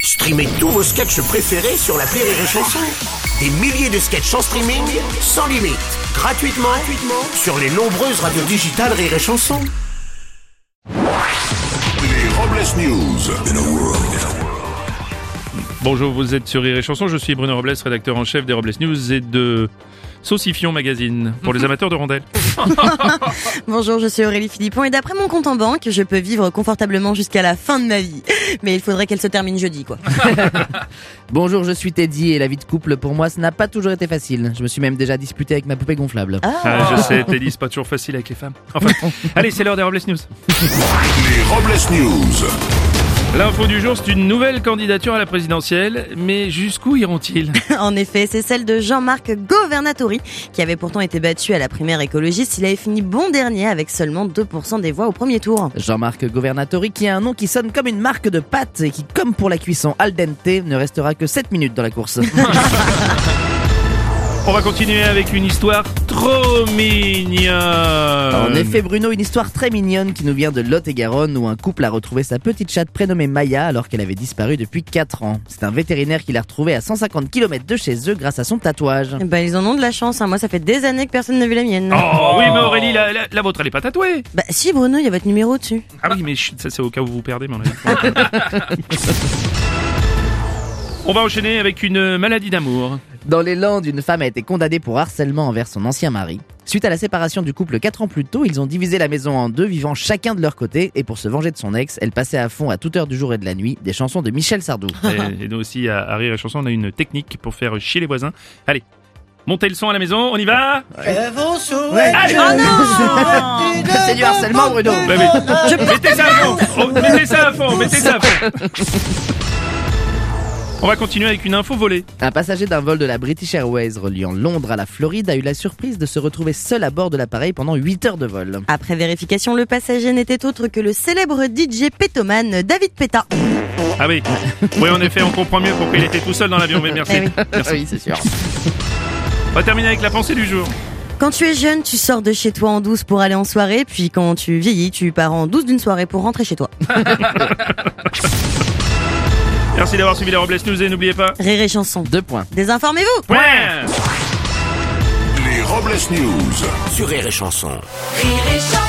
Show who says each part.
Speaker 1: Streamez tous vos sketchs préférés sur la Rire et Chanson. Des milliers de sketchs en streaming, sans limite, gratuitement, gratuitement sur les nombreuses radios digitales Rire et Chanson.
Speaker 2: Les Robles News. In a world.
Speaker 3: Bonjour, vous êtes sur Rire et Chanson, je suis Bruno Robles, rédacteur en chef des Robles News et de Saucifion Magazine, pour les amateurs de rondelles.
Speaker 4: Bonjour, je suis Aurélie Philippon et d'après mon compte en banque, je peux vivre confortablement jusqu'à la fin de ma vie. Mais il faudrait qu'elle se termine jeudi, quoi.
Speaker 5: Bonjour, je suis Teddy et la vie de couple pour moi, ce n'a pas toujours été facile. Je me suis même déjà disputé avec ma poupée gonflable.
Speaker 3: Ah, je sais, Teddy, c'est pas toujours facile avec les femmes. Enfin, allez, c'est l'heure des Robles News.
Speaker 2: Les Robles News.
Speaker 3: L'info du jour, c'est une nouvelle candidature à la présidentielle, mais jusqu'où iront-ils
Speaker 4: En effet, c'est celle de Jean-Marc Governatori, qui avait pourtant été battu à la primaire écologiste. Il avait fini bon dernier avec seulement 2% des voix au premier tour.
Speaker 5: Jean-Marc Governatori, qui a un nom qui sonne comme une marque de pâte et qui, comme pour la cuisson al dente, ne restera que 7 minutes dans la course.
Speaker 3: On va continuer avec une histoire trop mignonne.
Speaker 5: en effet, Bruno, une histoire très mignonne qui nous vient de Lot-et-Garonne où un couple a retrouvé sa petite chatte prénommée Maya alors qu'elle avait disparu depuis 4 ans. C'est un vétérinaire qui l'a retrouvée à 150 km de chez eux grâce à son tatouage.
Speaker 4: Eh Ben, ils en ont de la chance, hein. moi ça fait des années que personne n'a vu la mienne.
Speaker 3: Oh oui, mais Aurélie, la, la- la vôtre, elle est pas tatouée.
Speaker 4: Bah si Bruno, il y a votre numéro dessus.
Speaker 3: Ah oui, mais chut, ça c'est au cas où vous vous perdez, mais on a- On va enchaîner avec une maladie d'amour.
Speaker 5: Dans les Landes, une femme a été condamnée pour harcèlement envers son ancien mari. Suite à la séparation du couple 4 ans plus tôt, ils ont divisé la maison en deux, vivant chacun de leur côté, et pour se venger de son ex, elle passait à fond à toute heure du jour et de la nuit des chansons de Michel Sardou.
Speaker 3: Et, et nous aussi, à, à Rire et Chanson, on a une technique pour faire chier les voisins. Allez, montez le son à la maison, on y va
Speaker 5: Allez, Ah C'est du harcèlement, Bruno
Speaker 3: Ouais, mais- Mettez ça à fond Oh, Mettez ça à fond Mettez ça à fond On va continuer avec une info volée.
Speaker 5: Un passager d'un vol de la British Airways reliant Londres à la Floride a eu la surprise de se retrouver seul à bord de l'appareil pendant 8 heures de vol.
Speaker 4: Après vérification, le passager n'était autre que le célèbre DJ pétoman David Peta.
Speaker 3: Ah oui, oui en effet, on comprend mieux pourquoi il était tout seul dans l'avion, mais merci.
Speaker 4: Eh oui.
Speaker 3: Merci.
Speaker 5: c'est sûr.
Speaker 3: On va terminer avec la pensée du jour.
Speaker 4: Quand tu es jeune, tu sors de chez toi en douce pour aller en soirée, puis quand tu vieillis, tu pars en douce d'une soirée pour rentrer chez toi.
Speaker 3: Merci d'avoir suivi la Robles News et n'oubliez pas...
Speaker 4: Rire et chanson.
Speaker 5: Deux points.
Speaker 4: Désinformez-vous
Speaker 3: Point
Speaker 2: Les Robles News.
Speaker 1: Sur Rire et Chanson.
Speaker 6: Rire et chanson.